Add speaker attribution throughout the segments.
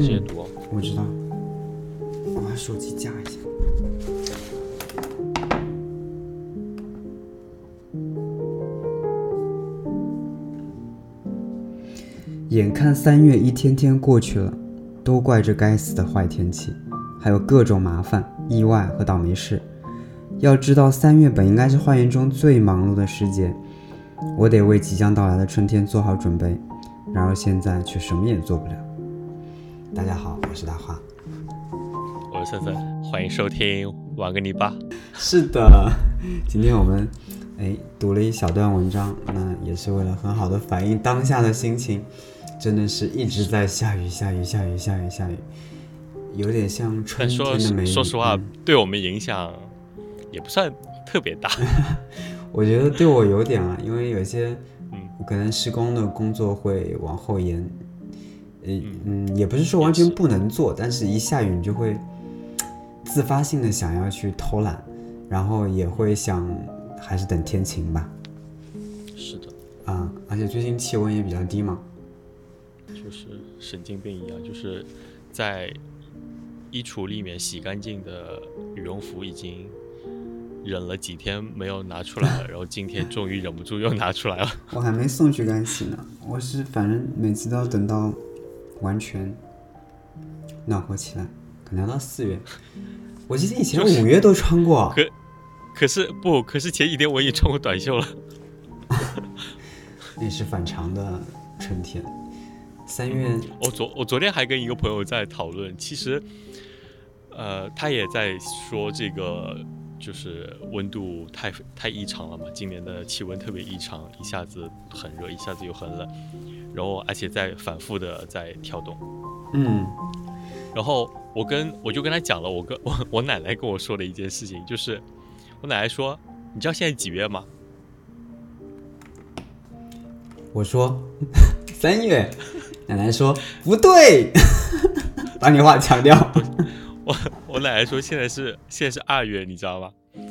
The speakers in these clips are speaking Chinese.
Speaker 1: 解读。
Speaker 2: 我知道。我把手机夹一下。眼看三月一天天过去了，都怪这该死的坏天气，还有各种麻烦、意外和倒霉事。要知道，三月本应该是花园中最忙碌的时节，我得为即将到来的春天做好准备。然而现在却什么也做不了。大家好，我是大花。
Speaker 1: 我是森森，欢迎收听《玩个泥巴》。
Speaker 2: 是的，今天我们哎读了一小段文章，那也是为了很好的反映当下的心情。真的是一直在下雨，下雨，下雨，下雨，下雨，有点像
Speaker 1: 但
Speaker 2: 春天
Speaker 1: 哎说
Speaker 2: 的美。
Speaker 1: 说实话
Speaker 2: 嗯，
Speaker 1: 对我们影响也不算特别大。
Speaker 2: 我觉得对我有点啊，因为有些
Speaker 1: 嗯
Speaker 2: 可能施工的工作会往后延。嗯嗯，也不是说完全不能做，但是一下雨你就会自发性的想要去偷懒，然后也会想还是等天晴吧。
Speaker 1: 是的，
Speaker 2: 啊、而且最近气温也比较低嘛。
Speaker 1: 就是神经病一样，就是在衣橱里面洗干净的羽绒服已经忍了几天没有拿出来了，然后今天终于忍不住又拿出来了。
Speaker 2: 我还没送去干洗呢，我是反正每次都要等到完全暖和起来，可能要到四月。我记得以前五月都穿过，
Speaker 1: 可可是不，可是前几天我已经穿过短袖了。
Speaker 2: 那是反常的春天。三月，
Speaker 1: 我昨我昨天还跟一个朋友在讨论，其实，呃，他也在说这个就是温度太太异常了嘛，今年的气温特别异常，一下子很热，一下子又很冷，然后而且在反复的在跳动。
Speaker 2: 嗯，
Speaker 1: 然后我跟我就跟他讲了，我跟我我奶奶跟我说的一件事情，就是我奶奶说，你知道现在几月吗？
Speaker 2: 我说 三月，奶奶说不对， 把你话强调。
Speaker 1: 我我奶奶说现在是现在是二月，你知道吗？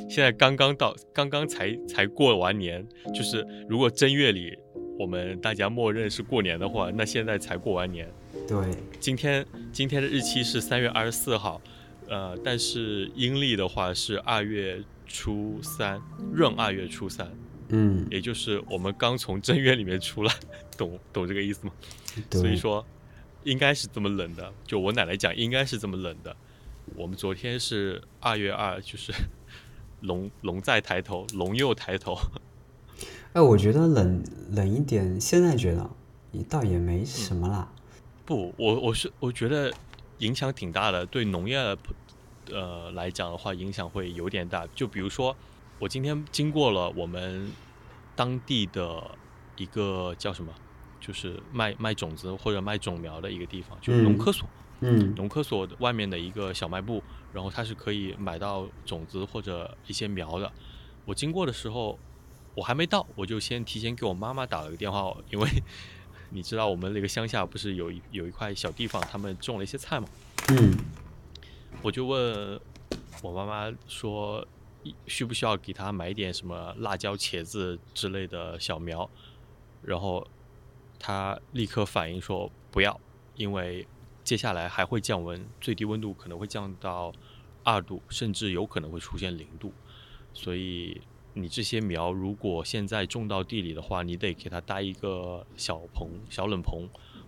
Speaker 1: 现在刚刚到，刚刚才才过完年，就是如果正月里我们大家默认是过年的话，那现在才过完年。
Speaker 2: 对，
Speaker 1: 今天今天的日期是三月二十四号，呃，但是阴历的话是二月初三，闰二月初三，
Speaker 2: 嗯，
Speaker 1: 也就是我们刚从正月里面出来， 懂懂这个意思吗？所以
Speaker 2: 对，
Speaker 1: 说应该是这么冷的。就我奶奶讲，应该是这么冷的。我们昨天是二月二，就是 龙龙在抬头，龙又抬头。
Speaker 2: 哎，我觉得冷冷一点，现在觉得也倒也没什么啦。
Speaker 1: 不，我我是我觉得影响挺大的，对农业呃来讲的话，影响会有点大。就比如说，我今天经过了我们当地的一个叫什么，就是卖卖种子或者卖种苗的一个地方，就是农
Speaker 2: 嗯
Speaker 1: 科所。
Speaker 2: 嗯
Speaker 1: 农科所外面的一个小卖部，然后它是可以买到种子或者一些苗的。我经过的时候，我还没到，我就先提前给我妈妈打了个电话，哦因为 你知道我们那个乡下不是有一有一块小地方，他们种了一些菜嘛，
Speaker 2: 嗯，
Speaker 1: 我就问我妈妈说，一需不需要给她买一点什么辣椒、茄子之类的小苗，然后她立刻反应说不要，因为接下来还会降温，最低温度可能会降到二度，甚至有可能会出现零度，所以。你这些苗如果现在种到地里的话，你得给它搭一个小棚、小冷棚，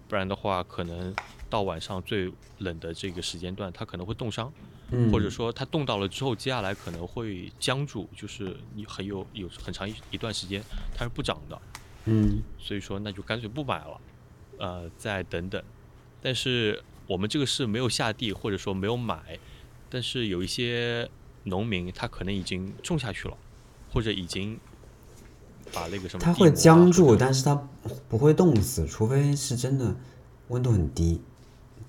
Speaker 1: 不然的话，可能到晚上最冷的这个时间段，它可能会冻伤，
Speaker 2: 嗯
Speaker 1: 或者说它冻到了之后，接下来可能会僵住，就是你很有有很长一一段时间它是不长的，
Speaker 2: 嗯
Speaker 1: 所以说那就干脆不买了，呃，再等等。但是我们这个是没有下地，或者说没有买，但是有一些农民他可能已经种下去了，或者已经把那个什么
Speaker 2: 它
Speaker 1: 地膜
Speaker 2: 会
Speaker 1: 啊
Speaker 2: 僵住，但是它不会冻死，除非是真的温度很低，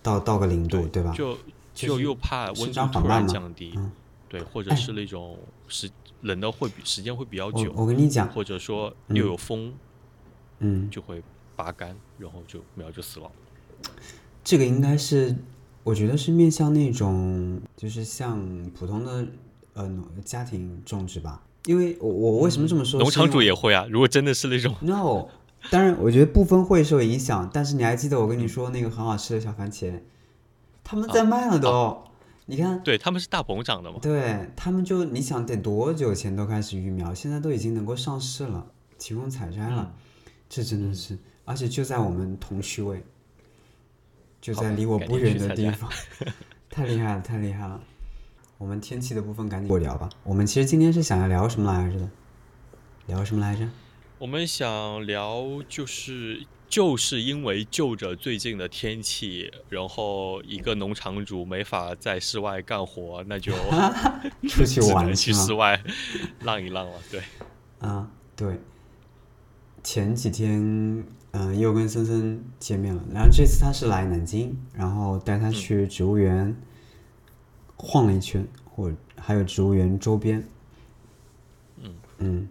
Speaker 2: 到到个零度，对吧？
Speaker 1: 就
Speaker 2: 其
Speaker 1: 就
Speaker 2: 实
Speaker 1: 又怕
Speaker 2: 生
Speaker 1: 温度
Speaker 2: 长缓
Speaker 1: 突然
Speaker 2: 慢嘛
Speaker 1: 降低，
Speaker 2: 嗯
Speaker 1: 对，或者
Speaker 2: 哎
Speaker 1: 是那种时冷的会比时间会比较
Speaker 2: 我
Speaker 1: 久，
Speaker 2: 我跟你讲，
Speaker 1: 或者说
Speaker 2: 嗯
Speaker 1: 又有风，
Speaker 2: 嗯，
Speaker 1: 就会拔干，然后就苗就死了。
Speaker 2: 这个应该是，我觉得是面向那种，就是像普通的呃农家庭种植吧，因为我我为什么这么
Speaker 1: 嗯
Speaker 2: 说？
Speaker 1: 农场主
Speaker 2: 也
Speaker 1: 也会啊，如果真的是那种
Speaker 2: no，当然我觉得部分会受影响，但是你还记得我跟你说那个很好吃的小番茄，他们在
Speaker 1: 啊
Speaker 2: 卖了都。你看，
Speaker 1: 对，他们是大棚长的嘛，
Speaker 2: 对他们就你想得多久前都开始育苗，现在都已经能够上市了，提供采摘
Speaker 1: 嗯
Speaker 2: 了，这真的是，而且就在我们同区位，就在
Speaker 1: 好
Speaker 2: 离我
Speaker 1: 赶
Speaker 2: 不
Speaker 1: 紧
Speaker 2: 远
Speaker 1: 去
Speaker 2: 的
Speaker 1: 采
Speaker 2: 地
Speaker 1: 摘
Speaker 2: 方，太厉害了，太厉害了。我们天气的部分赶紧过聊吧。我们其实今天是想要聊什么来着的？聊什么来着？
Speaker 1: 我们想聊就是就是因为就着最近的天气，然后一个农场主没法在室外干活，那就
Speaker 2: 出去
Speaker 1: 只
Speaker 2: 玩
Speaker 1: 能去
Speaker 2: 是吗
Speaker 1: 室外 浪一浪了。对，
Speaker 2: 啊，对，前几天嗯、呃又跟森森见面了，然后这次他是来南京，然后带他去植物园晃了一圈，或还有植物园周边，
Speaker 1: 嗯
Speaker 2: 嗯，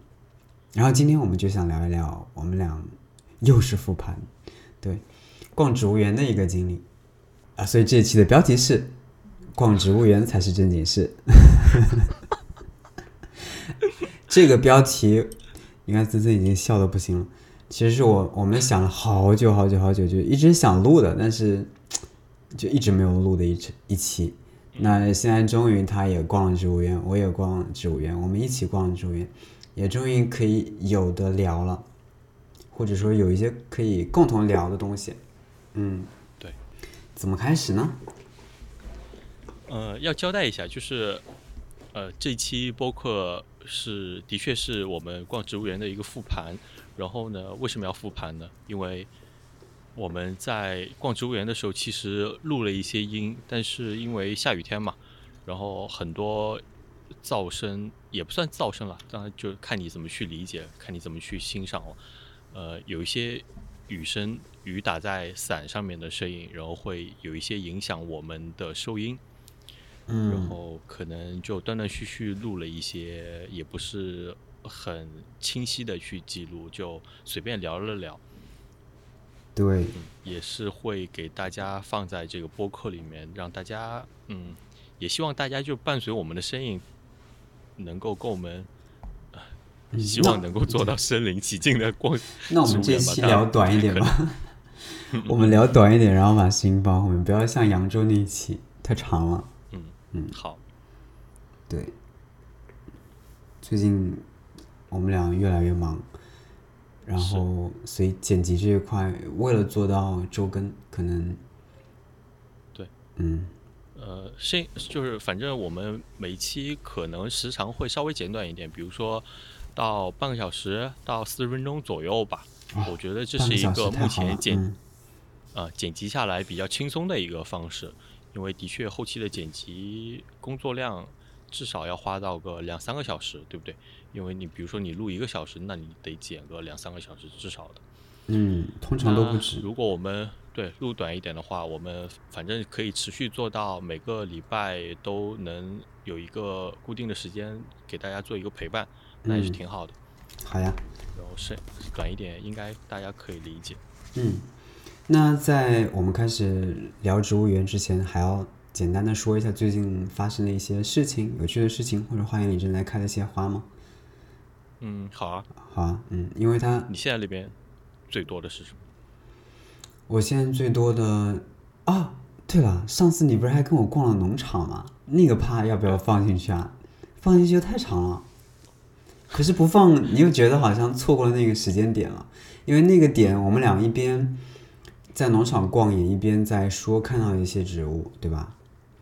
Speaker 2: 然后今天我们就想聊一聊我们俩又是复盘，对，逛植物园的一个经历啊，所以这一期的标题是逛植物园才是正经事。这个标题，你看森森已经笑的不行了。其实是我我们想了好久好久好久，就一直想录的，但是就一直没有录的一期一期。那现在终于他也逛了植物园，我也逛了植物园，我们一起逛了植物园，也终于可以有的聊了，或者说有一些可以共同聊的东西。嗯，
Speaker 1: 对。
Speaker 2: 怎么开始呢？
Speaker 1: 呃，要交代一下，就是呃，这期播客是的确是我们逛植物园的一个复盘。然后呢，为什么要复盘呢？因为我们在逛植物园的时候，其实录了一些音，但是因为下雨天嘛，然后很多噪声也不算噪声了，当然就看你怎么去理解，看你怎么去欣赏了。呃，有一些雨声，雨打在伞上面的声音，然后会有一些影响我们的收音。然
Speaker 2: 嗯，
Speaker 1: 后可能就断断续续录了一些，也不是很清晰的去记录，就随便聊了聊，
Speaker 2: 对，
Speaker 1: 也是会给大家放在这个播客里面，让大家嗯，也希望大家就伴随我们的声音，能够跟我们。呃
Speaker 2: 嗯
Speaker 1: 希望能够做到身临其境的逛，
Speaker 2: 那我们
Speaker 1: 植物
Speaker 2: 这
Speaker 1: 园吧
Speaker 2: 期
Speaker 1: 当然
Speaker 2: 聊短一点吧， 我们聊短一点，然后把事情放后面，不要像扬州那一期太长了。
Speaker 1: 嗯
Speaker 2: 嗯
Speaker 1: 好，
Speaker 2: 对，最近我们俩越来越忙，然
Speaker 1: 是
Speaker 2: 后所以剪辑这一块，为了做到周更，可能
Speaker 1: 对，
Speaker 2: 嗯，
Speaker 1: 呃，是就是反正我们每一期可能时长会稍微简短一点，比如说到半个小时到四十分钟左右吧。
Speaker 2: 哦
Speaker 1: 我觉得这
Speaker 2: 半
Speaker 1: 是
Speaker 2: 个
Speaker 1: 一
Speaker 2: 小时
Speaker 1: 个
Speaker 2: 太
Speaker 1: 目
Speaker 2: 好了
Speaker 1: 前，剪
Speaker 2: 嗯，
Speaker 1: 呃剪辑下来比较轻松的一个方式，因为的确后期的剪辑工作量至少要花到个两三个小时，对不对？因为你比如说你录一个小时，那你得剪个两三个小时至少的。
Speaker 2: 嗯，通常都不
Speaker 1: 那
Speaker 2: 止，
Speaker 1: 如果我们对录短一点的话，我们反正可以持续做到每个礼拜都能有一个固定的时间给大家做一个陪伴，那也是
Speaker 2: 嗯
Speaker 1: 挺好的。
Speaker 2: 好呀，
Speaker 1: 然后是短一点，应该大家可以理解。
Speaker 2: 嗯，那在我们开始聊植物园之前，还要简单的说一下最近发生的一些事情，有趣的事情，或者花园里正在开的一些花吗？
Speaker 1: 嗯，好啊。
Speaker 2: 好啊，嗯，因为它
Speaker 1: 你现在里边最多的是什么？
Speaker 2: 我现在最多的啊，对了，上次你不是还跟我逛了农场吗？那个趴要不要放进去啊？放进去太长了，可是不放你又觉得好像错过了那个时间点了，因为那个点我们俩一边在农场逛也一边在说看到一些植物，对吧？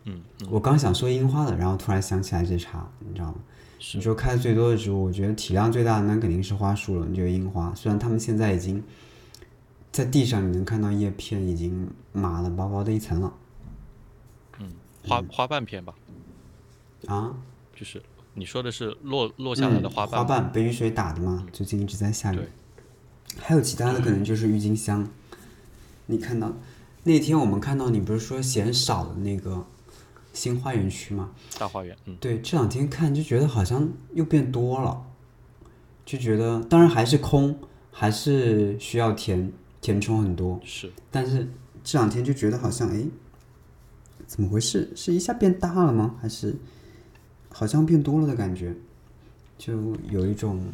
Speaker 1: 嗯嗯，
Speaker 2: 我刚想说樱花的，然后突然想起来这茬，你知道吗？
Speaker 1: 是
Speaker 2: 你说开的最多的植物，我觉得体量最大的那肯定是花束了，就是樱花。虽然它们现在已经在地上，你能看到叶片已经码了薄薄的一层了
Speaker 1: 嗯，花花瓣片吧，
Speaker 2: 啊，
Speaker 1: 就是你说的是落落下来的
Speaker 2: 嗯
Speaker 1: 花瓣嗯
Speaker 2: 花
Speaker 1: 吗。
Speaker 2: 瓣被雨水打的嘛，最近一直在下雨
Speaker 1: 对。
Speaker 2: 还有其他的可能就是郁金香，你看到那天我们看到你不是说嫌少的那个新花园区吗？
Speaker 1: 大花园，嗯，
Speaker 2: 对，这两天看就觉得好像又变多了，就觉得当然还是空，还是需要填填充很多，
Speaker 1: 是
Speaker 2: 但是这两天就觉得好像诶，怎么回事？是一下变大了吗？还是好像变多了的感觉？就有一种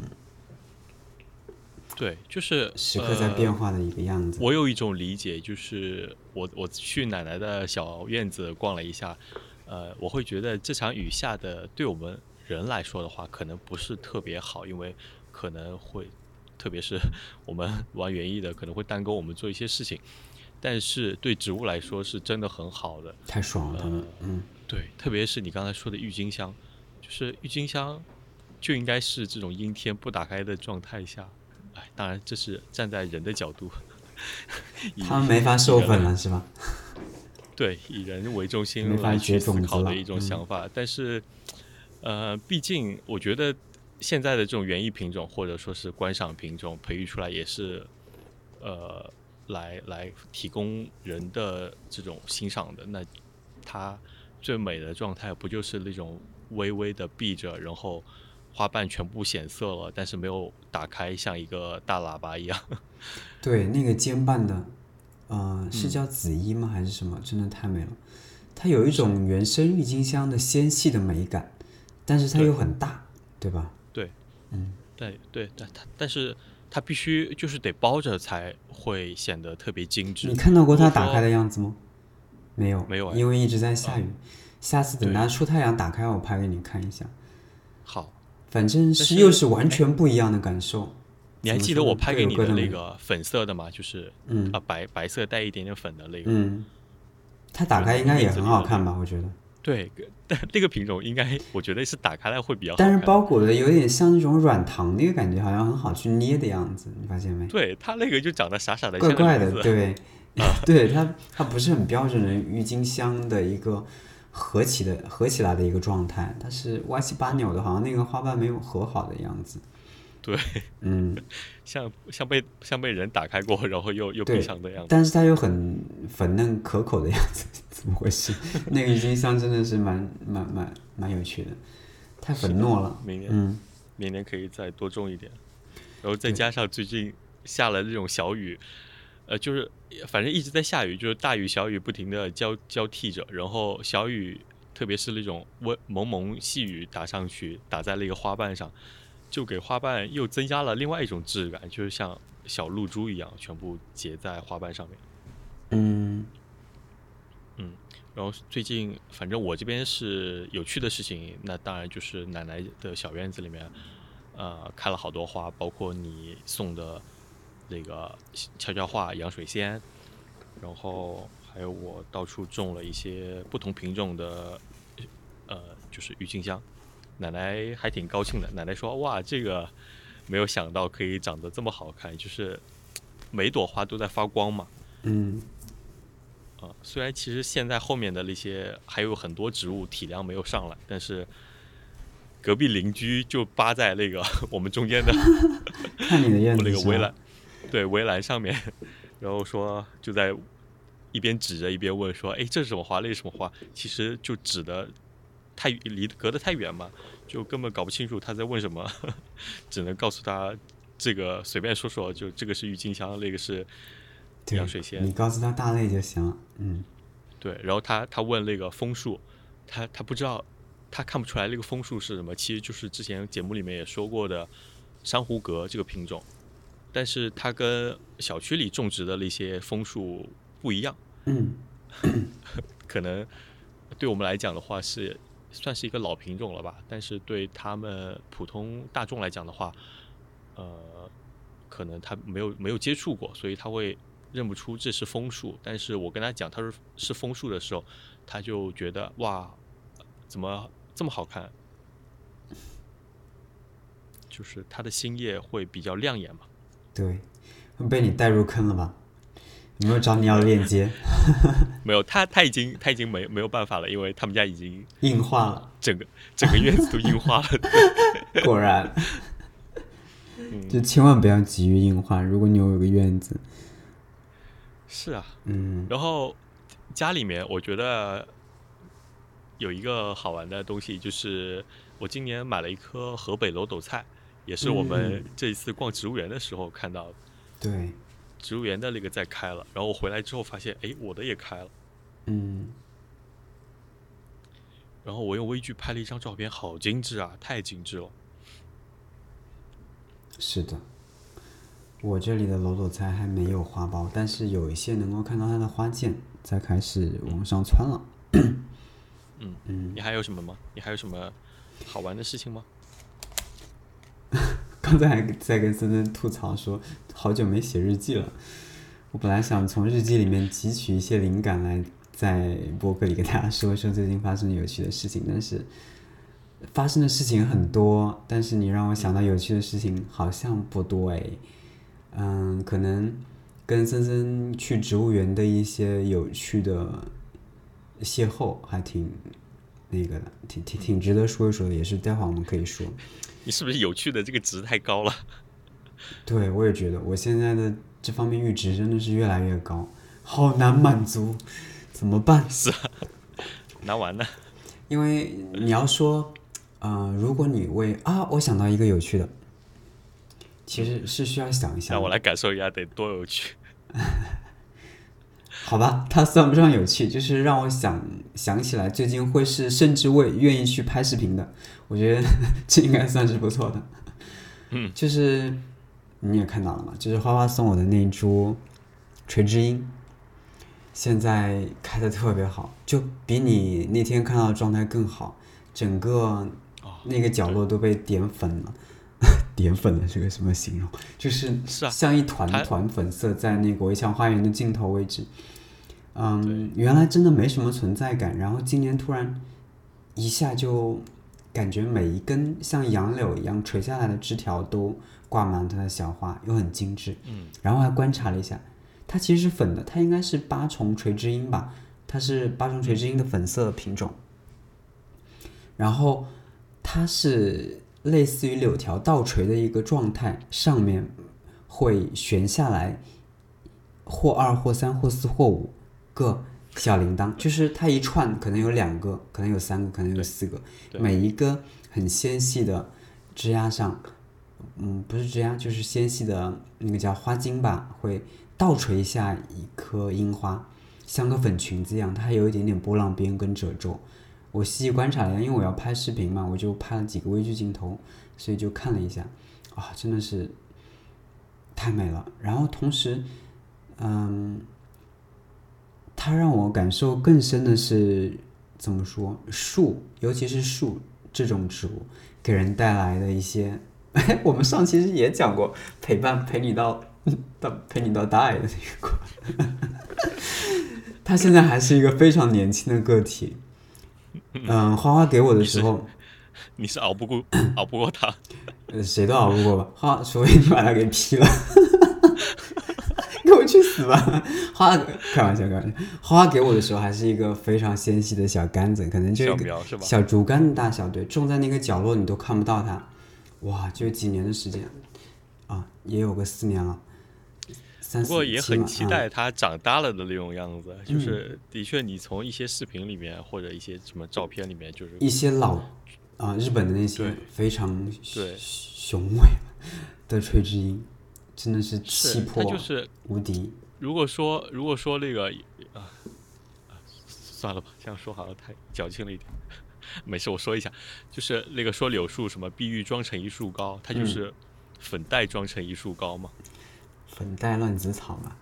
Speaker 1: 对，就是呃
Speaker 2: 时刻在变化的一个样子。
Speaker 1: 我有一种理解，就是我我去奶奶的小院子逛了一下，呃，我会觉得这场雨下的对我们人来说的话，可能不是特别好，因为可能会，特别是我们玩园艺的，可能会耽搁我们做一些事情，但是对植物来说是真的很好的。
Speaker 2: 太爽了，他们，嗯，
Speaker 1: 对，特别是你刚才说的郁金香，就是郁金香就应该是这种阴天不打开的状态下，哎，当然这是站在人的角度， 以
Speaker 2: 他们没法授粉了，是吧？
Speaker 1: 对，以人为中
Speaker 2: 没
Speaker 1: 心
Speaker 2: 法
Speaker 1: 来去
Speaker 2: 绝种
Speaker 1: 思
Speaker 2: 子
Speaker 1: 考的
Speaker 2: 了
Speaker 1: 一种
Speaker 2: 嗯
Speaker 1: 想法，但是，呃，毕竟我觉得现在的这种园艺品种或者说是观赏品种培育出来也是，呃，来来提供人的这种欣赏的。那它最美的状态不就是那种微微的闭着，然后花瓣全部显色了，但是没有打开，像一个大喇叭一样。
Speaker 2: 对，那个尖瓣的，呃，是叫紫衣吗？还是什么？真的太美了，它有一种原生郁金香的纤细的美感，但是它
Speaker 1: 对
Speaker 2: 又很大，对吧？
Speaker 1: 对，
Speaker 2: 嗯，
Speaker 1: 对对，但它但是它必须就是得包着才会显得特别精致
Speaker 2: 你。看到过它
Speaker 1: 如果
Speaker 2: 打
Speaker 1: 说
Speaker 2: 开的样子吗？没有，
Speaker 1: 没有哎
Speaker 2: 因为一直在下雨。下次等
Speaker 1: 对
Speaker 2: 它出太阳打开，我拍给你看一下。
Speaker 1: 好，
Speaker 2: 反正
Speaker 1: 但
Speaker 2: 是
Speaker 1: 是哎
Speaker 2: 又是完全不一样的感受。
Speaker 1: 你还
Speaker 2: 怎么
Speaker 1: 记得
Speaker 2: 说呢
Speaker 1: 我拍
Speaker 2: 各
Speaker 1: 给
Speaker 2: 有
Speaker 1: 你
Speaker 2: 各
Speaker 1: 的那
Speaker 2: 美
Speaker 1: 个粉色的吗？就是
Speaker 2: 嗯
Speaker 1: 啊白白色带一点点粉的那个。
Speaker 2: 嗯，它打
Speaker 1: 就是
Speaker 2: 开应该也
Speaker 1: 院子
Speaker 2: 很
Speaker 1: 里
Speaker 2: 好
Speaker 1: 的
Speaker 2: 看吧？我觉得，
Speaker 1: 对，但那个品种应该我觉得是打开来会比较好
Speaker 2: 但是
Speaker 1: 看。
Speaker 2: 包裹的有点像那种软糖那个感觉，好像很好去捏的样子，你发现没？
Speaker 1: 对它那个就啊长得傻傻的，
Speaker 2: 怪
Speaker 1: 像个
Speaker 2: 怪
Speaker 1: 梨
Speaker 2: 的，
Speaker 1: 子。
Speaker 2: 对， 对，它它不是很标准的郁金香的一个合起的合起来的一个状态，它是歪七八扭的，好像那个花瓣没有合好的样子。
Speaker 1: 对，
Speaker 2: 嗯，
Speaker 1: 像像被像被人打开过，然后又又
Speaker 2: 对
Speaker 1: 闭上的样子。
Speaker 2: 但是它又很粉嫩可口的样子， 怎么回事？那个郁金香真的是蛮蛮蛮蛮有趣的，太
Speaker 1: 是
Speaker 2: 粉
Speaker 1: 的
Speaker 2: 糯了。
Speaker 1: 明年
Speaker 2: 嗯，
Speaker 1: 明年可以再多种一点，然后再加上最近下了这种小雨，呃，就是反正一直在下雨，就是大雨小雨不停的交交替着，然后小雨特别是那种温蒙蒙细雨打上去，打在那个花瓣上，就给花瓣又增加了另外一种质感，就是像小露珠一样，全部结在花瓣上面。
Speaker 2: 嗯，
Speaker 1: 然后最近，反正我这边是有趣的事情，那当然就是奶奶的小院子里面，呃，开了好多花，包括你送的那个悄悄话、洋水仙，然后还有我到处种了一些不同品种的，呃，就是郁金香。奶奶还挺高兴的，奶奶说：“哇，这个没有想到可以长得这么好看，就是每朵花都在发光嘛。”
Speaker 2: 嗯，
Speaker 1: 啊，虽然其实现在后面的那些还有很多植物体量没有上来，但是隔壁邻居就扒在那个 我们中间的
Speaker 2: 看你的院子
Speaker 1: 那个
Speaker 2: 是
Speaker 1: 围
Speaker 2: 吧
Speaker 1: 栏， 对围栏上面，然后说就在一边指着一边问说：“哎，这是什么花？那是什么花？”其实就指的太离隔得太远嘛，就根本搞不清楚他在问什么， 只能告诉他这个随便说说，就这个是郁金香，那个是
Speaker 2: 对
Speaker 1: 洋水仙。
Speaker 2: 你告诉他大类就行了。嗯，
Speaker 1: 对，然后他他问那个枫树，他他不知道，他看不出来那个枫树是什么，其实就是之前节目里面也说过的珊瑚葛这个品种，但是它跟小区里种植的那些枫树不一样，
Speaker 2: 嗯，
Speaker 1: 可能对我们来讲的话是算是一个老品种了吧，但是对他们普通大众来讲的话，呃，可能他没有没有接触过，所以他会认不出这是枫树。但是我跟他讲呃他说是枫树的时候，他就觉得哇，怎么这么好看？就是它的新叶会比较亮眼嘛。
Speaker 2: 对，被你带入坑了吧？有没有找你要链 接？
Speaker 1: 没有，他他已经他已经没没有办法了，因为他们家已经
Speaker 2: 硬化了，
Speaker 1: 整个整个院子都樱花了。
Speaker 2: 果然，
Speaker 1: 嗯
Speaker 2: 就千万不要急于硬化。如果你有一个院子，
Speaker 1: 是啊，
Speaker 2: 嗯，
Speaker 1: 然后家里面，我觉得有一个好玩的东西，就是我今年买了一棵河北楼斗菜，也是我们
Speaker 2: 嗯
Speaker 1: 这一次逛植物园的时候看到
Speaker 2: 对，
Speaker 1: 植物园的那个在开了，然后我回来之后发现，哎，我的也开了。
Speaker 2: 嗯，
Speaker 1: 然后我用微距拍了一张照片，好精致啊，太精致了。
Speaker 2: 是的。我这里的楼朵菜还没有花苞，但是有一些能够看到它的花剑在开始往上窜了。
Speaker 1: 嗯嗯，你还有什么吗？你还有什么好玩的事情吗？
Speaker 2: 刚才还在跟森森吐槽说，好久没写日记了。我本来想从日记里面汲取一些灵感来在播客里跟大家说一说最近发生的有趣的事情，但是发生的事情很多，但是你让我想到有趣的事情好像不多诶。嗯，可能跟森森去植物园的一些有趣的邂逅还挺那个的，挺挺挺值得说一说的，也是待会儿我们可以说。
Speaker 1: 你是不是有趣的这个值太高了？
Speaker 2: 对，我也觉得我现在的这方面阈值真的是越来越高，好难满足，怎么办？
Speaker 1: 是啊，难玩呢。
Speaker 2: 因为你要说，呃，如果你为啊，我想到一个有趣的，其实是需要想一下
Speaker 1: 让
Speaker 2: 的。
Speaker 1: 我来感受一下得多有趣。
Speaker 2: 好吧，它算不上有趣，就是让我想想起来最近会是，甚至会愿意去拍视频的。我觉得 这应该算是不错的。嗯，就是你也看到了嘛，就是花花送我的那一株垂枝樱，现在开的特别好，就比你那天看到的状态更好，整个
Speaker 1: 哦
Speaker 2: 那个角落都被点粉了。 点粉了是个什么形容？就是
Speaker 1: 是啊
Speaker 2: 像一团
Speaker 1: 它
Speaker 2: 团粉色在那个围墙花园的尽头位置。嗯，
Speaker 1: 对
Speaker 2: 原来真的没什么存在感，然后今年突然一下就感觉每一根像杨柳一样垂下来的枝条都挂满它的小花，又很精致。
Speaker 1: 嗯，
Speaker 2: 然后还观察了一下，它其实是粉的，它应该是八重垂枝樱吧，它是八重垂枝樱的粉色品种。然后它是类似于柳条倒垂的一个状态，上面会悬下来或二或三或四或五个小铃铛，就是它一串可能有两个，可能有三个，可能有四个，
Speaker 1: 对
Speaker 2: 每一个很纤细的枝桠上，嗯，不是枝桠，就是纤细的那个叫花茎吧，会倒垂下一颗樱花，像个粉裙子一样，它还有一点点波浪边跟褶皱。我细细观察了一下，因为我要拍视频嘛，我就拍了几个微距镜头，所以就看了一下，啊，真的是太美了。然后同时，嗯，它让我感受更深的是怎么说，树，尤其是树这种植物给人带来的一些， 我们上期也讲过，陪伴陪你到 到陪你到 die 的那个。 他现在还是一个非常年轻的个体，嗯，花花给我的时候，
Speaker 1: 你是熬不 过熬不过他，
Speaker 2: 呃，谁都熬不过吧？花，除非你把他给劈了， 给我去死吧！花，开玩笑，开玩笑。花给我的时候还是一个非常纤细的小杆子，可能就
Speaker 1: 小
Speaker 2: 一个
Speaker 1: 苗是吧？
Speaker 2: 小竹竿的大小，对，种在那个角落你都看不到它。哇，就几年的时间啊，也有个四年了，三
Speaker 1: 不
Speaker 2: 四
Speaker 1: 过也
Speaker 2: 七
Speaker 1: 很
Speaker 2: 嘛
Speaker 1: 期
Speaker 2: 啊嗯
Speaker 1: 待他长大了的那种样子，就是的确，你从一些视频里面或者一些什么照片里面，就是
Speaker 2: 一些老啊、日本的那些
Speaker 1: 对
Speaker 2: 非常
Speaker 1: 对
Speaker 2: 雄伟的垂直音，真的是气
Speaker 1: 是他
Speaker 2: 魄
Speaker 1: 就是
Speaker 2: 无敌。
Speaker 1: 如果说如果说那个啊啊算了吧，这样说好像太矫情了一点。没事，我说一下，就是那个说柳树什么碧玉妆成一树高，它
Speaker 2: 嗯
Speaker 1: 就是粉黛妆成一树高嘛。
Speaker 2: 粉黛乱子草嘛，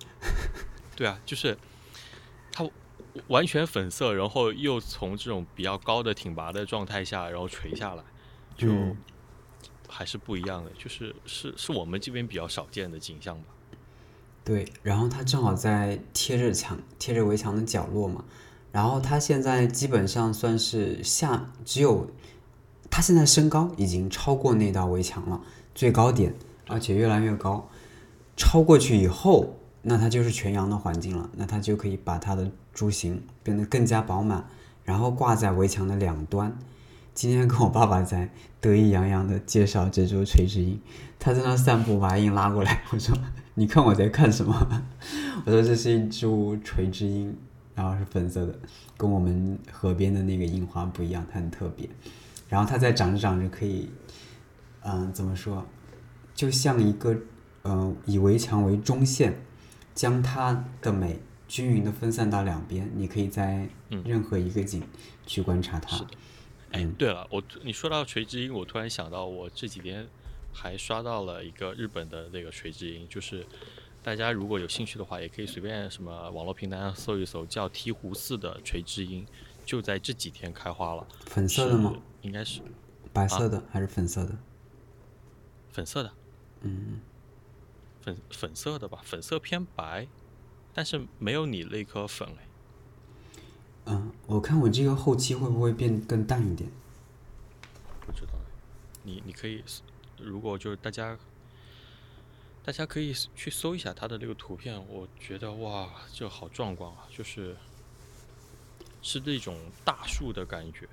Speaker 1: 对啊，就是它完全粉色，然后又从这种比较高的挺拔的状态下，然后垂下来，就
Speaker 2: 嗯
Speaker 1: 还是不一样的，就是是是我们这边比较少见的景象吧。
Speaker 2: 对，然后它正好在贴着墙、贴着围墙的角落嘛，然后它现在基本上算是下只有，它现在身高已经超过那道围墙了，最高点，而且越来越高，超过去以后，那它就是全阳的环境了，那它就可以把它的株形变得更加饱满，然后挂在围墙的两端。今天跟我爸爸在得意洋洋的介绍这株垂直樱，他在那散步，把樱拉过来，我说：“你看我在看什么？” 我说：“这是一株垂直樱，然后是粉色的，跟我们河边的那个樱花不一样，它很特别。然后它在长着长着可以，嗯、怎么说，就像一个呃以围墙为中线，将它的美均匀的分散到两边，你可以在
Speaker 1: 嗯
Speaker 2: 任何一个景去观察它。嗯
Speaker 1: 是的哎，对了，我突你说到垂直音，我突然想到，我这几天还刷到了一个日本的那个水之音，就是大家如果有兴趣的话，也可以随便什么网络平台上搜一搜，叫鹈鹕寺的垂之音，就在这几天开花了。
Speaker 2: 粉色的吗？
Speaker 1: 应该是啊
Speaker 2: 白色的、还是粉色的？
Speaker 1: 粉色的，
Speaker 2: 嗯，
Speaker 1: 粉粉色的吧，粉色偏白，但是没有你那颗粉哎。
Speaker 2: 嗯，我看我这个后期会不会变更淡一点？
Speaker 1: 不知道哎，你你可以搜，如果就是大家，大家可以去搜一下它的那个图片，我觉得哇，这好壮观啊！就是是那种大树的感觉，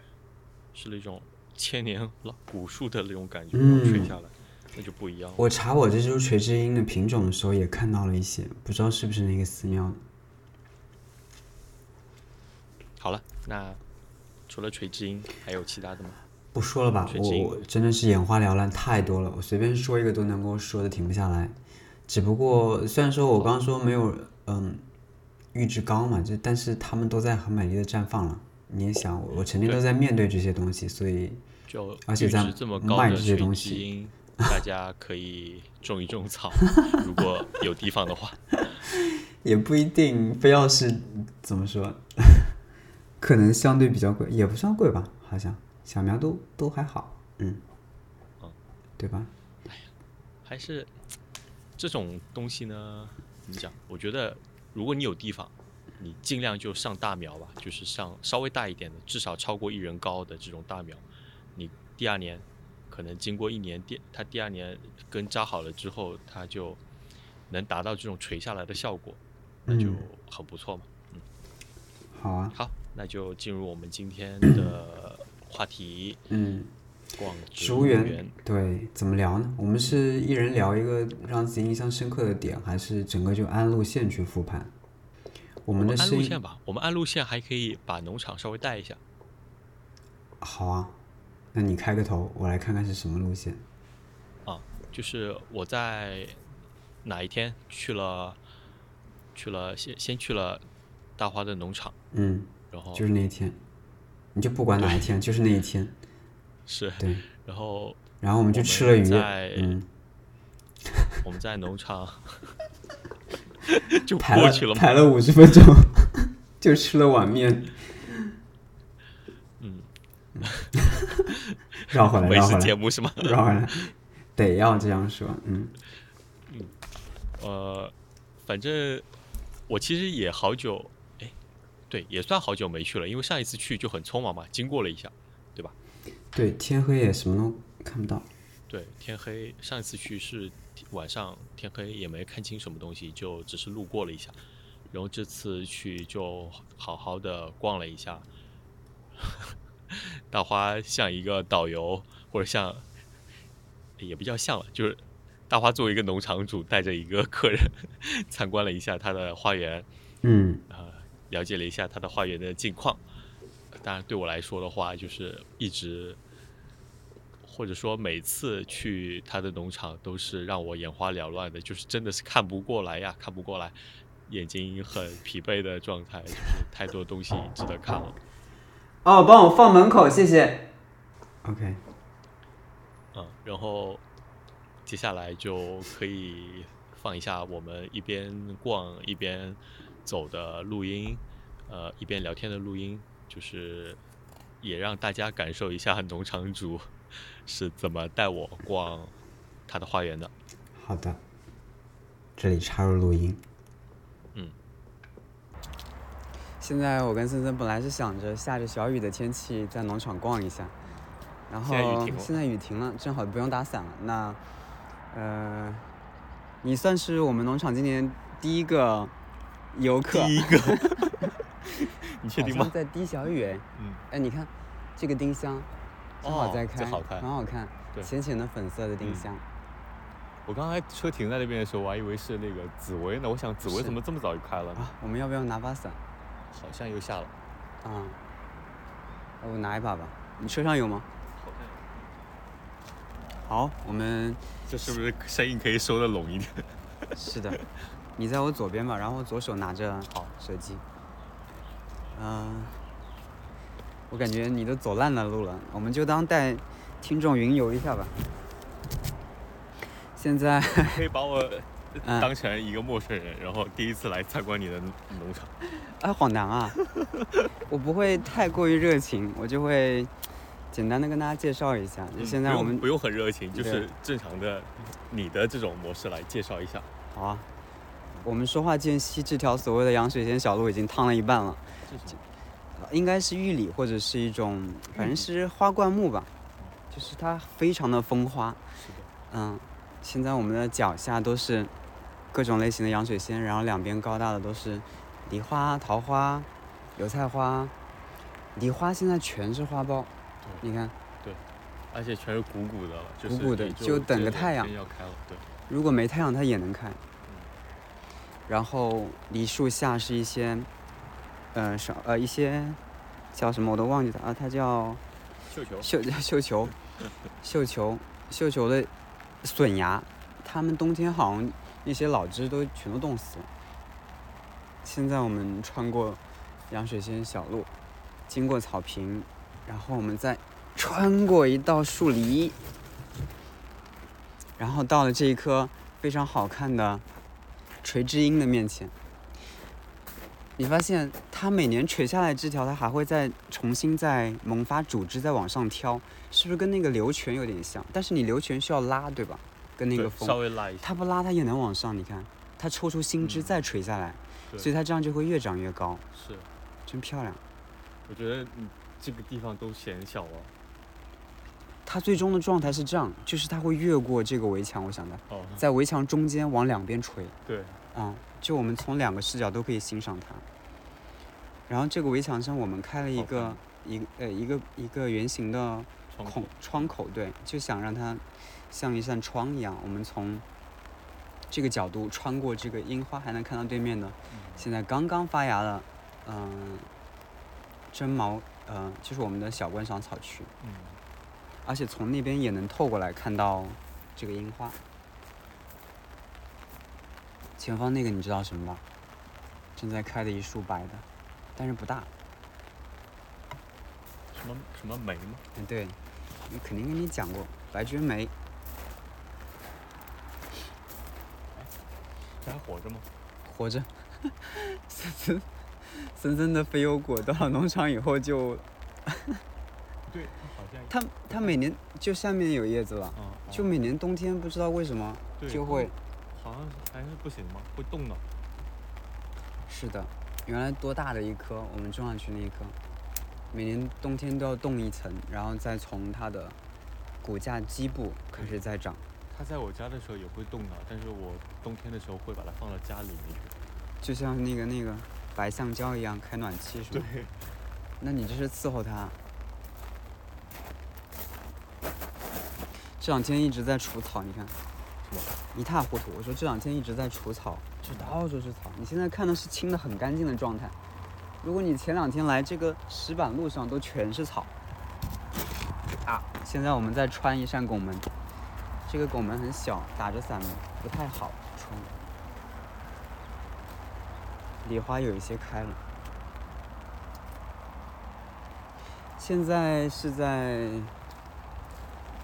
Speaker 1: 是那种千年老古树的那种感觉，
Speaker 2: 嗯
Speaker 1: 然后吹下来，那就不一样了。
Speaker 2: 我查我这株垂枝樱的品种的时候也看到了一些，不知道是不是那个寺庙的。
Speaker 1: 好了，那除了垂之音，还有其他的吗？
Speaker 2: 不说了吧，
Speaker 1: 水
Speaker 2: 我
Speaker 1: 晶
Speaker 2: 我真的是眼花缭乱太多了，我随便说一个都能够说的停不下来。只不过虽然说我刚刚说没有嗯预制高嘛，就但是他们都在很美丽的绽放了。你也想，我我成天都在面对这些东西，所以
Speaker 1: 就
Speaker 2: 而且
Speaker 1: 阈
Speaker 2: 咱
Speaker 1: 值这么高
Speaker 2: 卖
Speaker 1: 的
Speaker 2: 这些
Speaker 1: 水
Speaker 2: 东
Speaker 1: 基
Speaker 2: 西
Speaker 1: 因，大家可以种一种 草，如果有地方的话。
Speaker 2: 也不一定非要是怎么说， 可能相对比较贵，也不算贵吧，好像小苗都都还好，嗯，
Speaker 1: 嗯
Speaker 2: 对吧？
Speaker 1: 还是这种东西呢？怎么讲？我觉得如果你有地方，你尽量就上大苗吧，就是上稍微大一点的，至少超过一人高的这种大苗。你第二年可能经过一年，第它第二年根扎好了之后，它就能达到这种垂下来的效果，那就
Speaker 2: 嗯
Speaker 1: 很不错嘛。
Speaker 2: 好啊，
Speaker 1: 好，那就进入我们今 天的话题，
Speaker 2: 嗯。
Speaker 1: 逛
Speaker 2: 植
Speaker 1: 植
Speaker 2: 物
Speaker 1: 物
Speaker 2: 园，对，怎么聊呢？我们是一人聊一个让自己印象深刻的点，还是整个就按路线去复盘？我
Speaker 1: 我
Speaker 2: 们的
Speaker 1: 们按
Speaker 2: 声
Speaker 1: 路
Speaker 2: 音
Speaker 1: 线吧，我们按路线还可以把农场稍微带一下。
Speaker 2: 好啊，那你开个头，我来看看是什么路线。
Speaker 1: 啊，就是我在哪一天去了，去了先先去了大花的农场，
Speaker 2: 嗯，
Speaker 1: 然后
Speaker 2: 就是那一天，你就不管哪一天，就是那一天。
Speaker 1: 是，
Speaker 2: 对，
Speaker 1: 然后
Speaker 2: 然后我们就
Speaker 1: 我
Speaker 2: 吃
Speaker 1: 们
Speaker 2: 了鱼。
Speaker 1: 在
Speaker 2: 嗯，
Speaker 1: 我们在农场就
Speaker 2: 排
Speaker 1: 过
Speaker 2: 了
Speaker 1: 去了嘛，
Speaker 2: 排了五十分钟， 就吃了碗面。
Speaker 1: 嗯，
Speaker 2: 绕回来，
Speaker 1: 美
Speaker 2: 绕回
Speaker 1: 食
Speaker 2: 来
Speaker 1: 节，目是吗？
Speaker 2: 绕回来，得要这样说。嗯，
Speaker 1: 呃，反正我其实也好久，哎，对，也算好久没去了，因为上一次去就很匆忙嘛，经过了一下，对吧？
Speaker 2: 对，天黑也什么都看不到。
Speaker 1: 对，天黑，上一次去是天晚上天黑，也没看清什么东西，就只是路过了一下。然后这次去就好好的逛了一下。 大花像一个导游，或者像也不叫像了，就是大花作为一个农场主，带着一个客人 参观了一下他的花园，
Speaker 2: 嗯，
Speaker 1: 呃，了解了一下他的花园的近况。当然，对我来说的话，就是一直或者说每次去他的农场都是让我眼花缭乱的，就是真的是看不过来呀，看不过来，眼睛很疲惫的状态，就是太多东西值得看了。
Speaker 2: 哦，帮我放门口，谢谢。OK，
Speaker 1: 嗯，然后接下来就可以放一下我们一边逛一边走的录音，呃，一边聊天的录音，就是也让大家感受一下农场主 是怎么带我逛他的花园的。
Speaker 2: 好的。这里插入录音。
Speaker 1: 嗯。
Speaker 2: 现在我跟森森本来是想着下着小雨的天气在农场逛一下，然后
Speaker 1: 现在雨停了
Speaker 2: 现在雨停了，正好不用打伞了。那，呃，你算是我们农场今年第一个游 客，
Speaker 1: 第一 个，你确定
Speaker 2: 好像
Speaker 1: 吗？
Speaker 2: 在滴小雨哎，
Speaker 1: 嗯，
Speaker 2: 哎，你看这个丁香，正好
Speaker 1: 哦
Speaker 2: 在开，
Speaker 1: 这好看
Speaker 2: 很好看，
Speaker 1: 对
Speaker 2: 浅浅的粉色的丁
Speaker 1: 嗯
Speaker 2: 香。
Speaker 1: 我刚才车停在那边的时候，我还以为是那个紫薇呢，我想紫
Speaker 2: 薇是怎
Speaker 1: 么这么早就开了
Speaker 2: 啊，我们要不要拿把伞？
Speaker 1: 好像又下了。
Speaker 2: 啊，要不拿一把吧。你车上有吗？好，我们
Speaker 1: 这是不是声音可以收的拢一点？
Speaker 2: 是的，你在我左边吧，然后我左手拿着
Speaker 1: 好
Speaker 2: 手机。嗯、我感觉你都走烂了路了，我们就当带听众云游一下吧。现在
Speaker 3: 可以把我
Speaker 2: 嗯
Speaker 3: 当成一个陌生人，然后第一次来参观你的农场。
Speaker 2: 哎，好难 啊！我不会太过于热情，我就会简单的跟大家介绍一下。嗯就现在
Speaker 3: 不
Speaker 2: 我
Speaker 3: 用
Speaker 2: 们
Speaker 3: 不用很热情，就
Speaker 2: 对
Speaker 3: 是正常的你的这种模式来介绍一下。
Speaker 2: 好啊，我们说话间隙，这条所谓的羊水仙小路已经趟了一半了，
Speaker 3: 这是什么
Speaker 2: 应该是玉里或者是一种，反正是花灌木吧，就是它非常的风花。
Speaker 3: 是的，
Speaker 2: 嗯，现在我们的脚下都是各种类型的洋水仙，然后两边高大的都是梨花、桃花、油菜花。梨花现在全是花苞，
Speaker 3: 对
Speaker 2: 你看，
Speaker 3: 而且全是鼓鼓的了，就是
Speaker 2: 鼓鼓的
Speaker 3: 也
Speaker 2: 就
Speaker 3: 就
Speaker 2: 等个
Speaker 3: 这
Speaker 2: 太阳
Speaker 3: 真要开了，对，
Speaker 2: 如果没太阳它也能开。然后梨树下是一些，呃，少呃一些叫什么我都忘记了啊，它叫
Speaker 3: 绣球
Speaker 2: 绣绣球，绣球，绣球的笋芽，它们冬天好像一些老枝都全都冻死了。现在我们穿过羊水仙小路，经过草坪，然后我们再穿过一道树篱，然后到了这一棵非常好看的垂枝樱的面前。你发现它每年垂下来枝条，它还会再重新再萌发主枝，再往上挑，是不是跟那个流泉有点像？但是你流泉需要拉，对吧？跟那
Speaker 3: 对
Speaker 2: 个风
Speaker 3: 稍微拉一下，
Speaker 2: 它不拉它也能往上，你看，它抽出新枝
Speaker 3: 嗯
Speaker 2: 再垂下来，
Speaker 3: 对
Speaker 2: 所以它这样就会越长越高，
Speaker 3: 是，
Speaker 2: 真漂亮。
Speaker 3: 我觉得你这个地方都显小了。
Speaker 2: 它最终的状态是这样，就是它会越过这个围墙，我想的，
Speaker 3: 哦，
Speaker 2: 在围墙中间往两边垂，
Speaker 3: 对，
Speaker 2: 啊、就我们从两个视角都可以欣赏它。然后这个围墙上我们开了一
Speaker 3: 好
Speaker 2: 个
Speaker 3: 看
Speaker 2: 一个呃一个一个圆形的
Speaker 3: 窗
Speaker 2: 孔
Speaker 3: 口
Speaker 2: 窗口，对，就想让它像一扇窗一样，我们从这个角度穿过这个樱花，还能看到对面的
Speaker 3: 嗯
Speaker 2: 现在刚刚发芽的，嗯、真毛，呃，就是我们的小观赏草区，
Speaker 3: 嗯，
Speaker 2: 而且从那边也能透过来看到这个樱花。前方那个你知道什么吧？正在开的一束白的，但是不大。
Speaker 3: 什么什么梅吗？
Speaker 2: 嗯，对，我肯定跟你讲过白菊梅，
Speaker 3: 这还活着吗？
Speaker 2: 活着，森森森森的肥油果到了农场以后就，
Speaker 3: 对，好像
Speaker 2: 它它每年就下面有叶子了，
Speaker 3: 啊，
Speaker 2: 就每年冬天不知道为什么
Speaker 3: 对嗯
Speaker 2: 就会，
Speaker 3: 好像还是不行吗？会动的。
Speaker 2: 是的，原来多大的一棵，我们种上去那一棵，每年冬天都要冻一层，然后再从它的骨架基部开始再长，
Speaker 3: 它在我家的时候也会动的，但是我冬天的时候会把它放到家里面去。
Speaker 2: 就像那个那个白橡胶一样开暖气是吗？
Speaker 3: 对，
Speaker 2: 那你这是伺候它。这两天一直在除草，你看，
Speaker 3: 是吗
Speaker 2: 一塌糊涂。我说这两天一直在除草，就到处是草。你现在看的是清的很干净的状态。如果你前两天来这个石板路上都全是草，啊！现在我们在穿一扇拱门，这个拱门很小，打着伞不太好穿。梨花有一些开了。现在是在，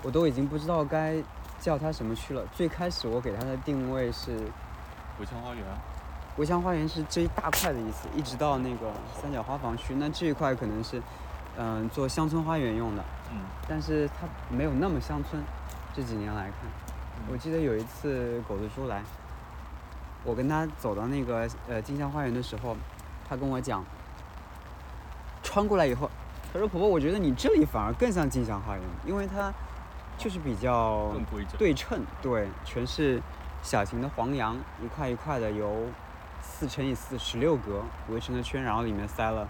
Speaker 2: 我都已经不知道该叫它什么区了。最开始我给它的定位是
Speaker 3: 回香花园啊，
Speaker 2: 国香花园是这一大块的意思，一直到那个三角花房区。那这一块可能是，嗯、做乡村花园用的，
Speaker 3: 嗯，
Speaker 2: 但是它没有那么乡村。这几年来看，我记得有一次狗子叔来，我跟他走到那个呃金香花园的时候，他跟我讲，穿过来以后，他说婆婆，我觉得你这里反而更像金香花园，因为它就是比较
Speaker 3: 更规整。，
Speaker 2: 对称，对，全是小型的黄杨，一块一块的由四乘以四十六格围成的圈，然后里面塞了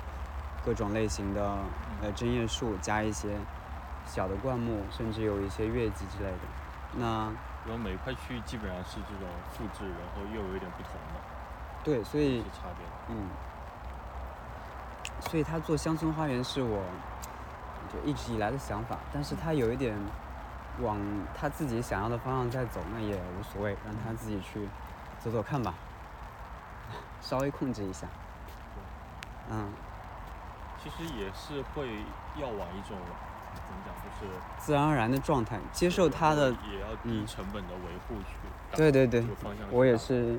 Speaker 2: 各种类型的
Speaker 3: 嗯
Speaker 2: 呃针叶树，加一些小的灌木，甚至有一些月季之类的。那
Speaker 3: 然后每一块区域基本上是这种复制，然后又有一点不同的，
Speaker 2: 对，所以
Speaker 3: 是差别的。
Speaker 2: 嗯，所以他做乡村花园是我就一直以来的想法，但是他有一点往他自己想要的方向在走，那也无所谓，让他自己去走走看吧， 稍微控制一下。嗯，
Speaker 3: 其实也是会要往一种
Speaker 1: 怎么讲，就是
Speaker 2: 自然而然的状态，接受它的。
Speaker 1: 也要低
Speaker 2: 嗯
Speaker 1: 成本的维护去达到
Speaker 2: 对对对
Speaker 1: 这，个方向去
Speaker 2: 我也
Speaker 1: 达
Speaker 2: 是，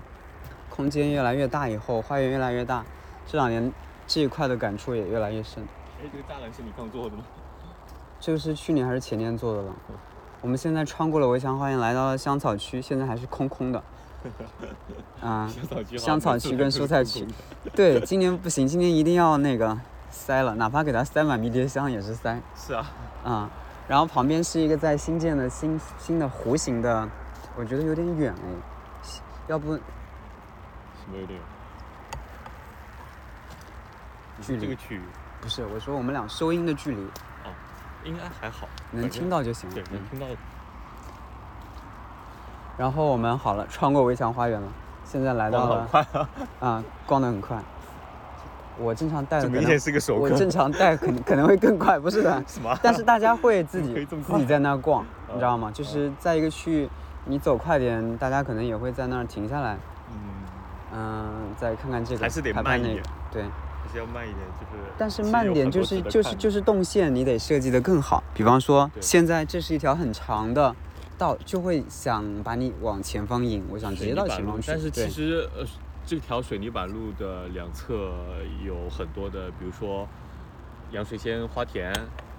Speaker 2: 空间越来越大以后，花园越来越大，这两年这一块的感触也越来越深。
Speaker 1: 哎，这个栅栏是你刚做 的吗？
Speaker 2: 这个是去年还是前年做的吧？
Speaker 1: 嗯
Speaker 2: 我们现在穿过了围墙花园，来到了香草区，现在还是空 空的。啊，
Speaker 1: 香草区好像
Speaker 2: 香草
Speaker 1: 每次
Speaker 2: 区
Speaker 1: 都
Speaker 2: 跟
Speaker 1: 是
Speaker 2: 蔬菜
Speaker 1: 空
Speaker 2: 区
Speaker 1: 空的，
Speaker 2: 对，今年不行，今年一定要那个塞了，哪怕给它塞满迷迭香也是塞。
Speaker 1: 是啊，
Speaker 2: 啊、然后旁边是一个在新建的新新的弧形的，我觉得有点远哎，要不
Speaker 1: 什么有点远。你
Speaker 2: 距
Speaker 1: 说这
Speaker 2: 离
Speaker 1: 个区域
Speaker 2: 不是我说我们俩收音的距离
Speaker 1: 应该还好，
Speaker 2: 能
Speaker 1: 反
Speaker 2: 听
Speaker 1: 正
Speaker 2: 到就行了
Speaker 1: 对，。
Speaker 2: 嗯
Speaker 1: 能听到的。
Speaker 2: 然后我们好了，穿过围墙花园了，现在来到了 啊，逛得很快。我正常带的可能
Speaker 1: 是个熟。
Speaker 2: 我正常带可能可能会更快，不是 的
Speaker 1: 什么？
Speaker 2: 但是大家会自
Speaker 1: 可以
Speaker 2: 己
Speaker 1: 这么
Speaker 2: 自己在那儿逛，你知道吗？
Speaker 1: 嗯
Speaker 2: 就是在一个区域，你走快点，大家可能也会在那儿停下来，
Speaker 1: 嗯，
Speaker 2: 嗯，再看看这个，
Speaker 1: 还是得
Speaker 2: 拍
Speaker 1: 慢
Speaker 2: 拍
Speaker 1: 一
Speaker 2: 那
Speaker 1: 点
Speaker 2: 个，对。
Speaker 1: 还是要慢一点，就是。。
Speaker 2: 但是慢点就是就是就是是动线，你得设计的更好。比方说，
Speaker 1: 对
Speaker 2: 现在这是一条很长的道，就会想把你往前方引，我想直
Speaker 1: 水
Speaker 2: 接
Speaker 1: 泥
Speaker 2: 到
Speaker 1: 板
Speaker 2: 前
Speaker 1: 路
Speaker 2: 方去。
Speaker 1: 但是
Speaker 2: 对
Speaker 1: 其实呃，这条水泥板路的两侧有很多的，比如说洋水仙花田，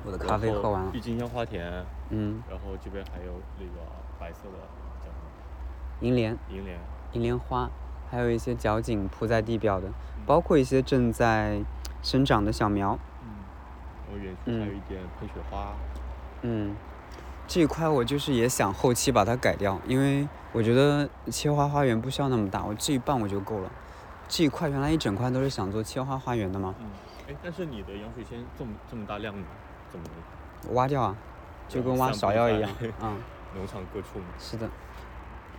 Speaker 2: 我的咖啡
Speaker 1: 然后
Speaker 2: 喝完了
Speaker 1: 郁，金香花田，
Speaker 2: 嗯，
Speaker 1: 然后这边还有那个白色的叫什么
Speaker 2: 银莲、
Speaker 1: 银莲，
Speaker 2: 银莲花，还有一些角茎铺在地表的，包括一些正在生长的小苗，
Speaker 1: 嗯，然后园区还有一点喷雪花，
Speaker 2: 嗯，这一块我就是也想后期把它改掉，因为我觉得切花花园不需要那么大，我这一半我就够了。这一块原来一整块都是想做切花花园的嘛，
Speaker 1: 嗯，哎，但是你的洋水仙这么这么大量呢，怎么
Speaker 2: 挖掉啊，就跟挖芍药一样
Speaker 1: 散布在，
Speaker 2: 嗯，
Speaker 1: 农场各处嘛？
Speaker 2: 是的。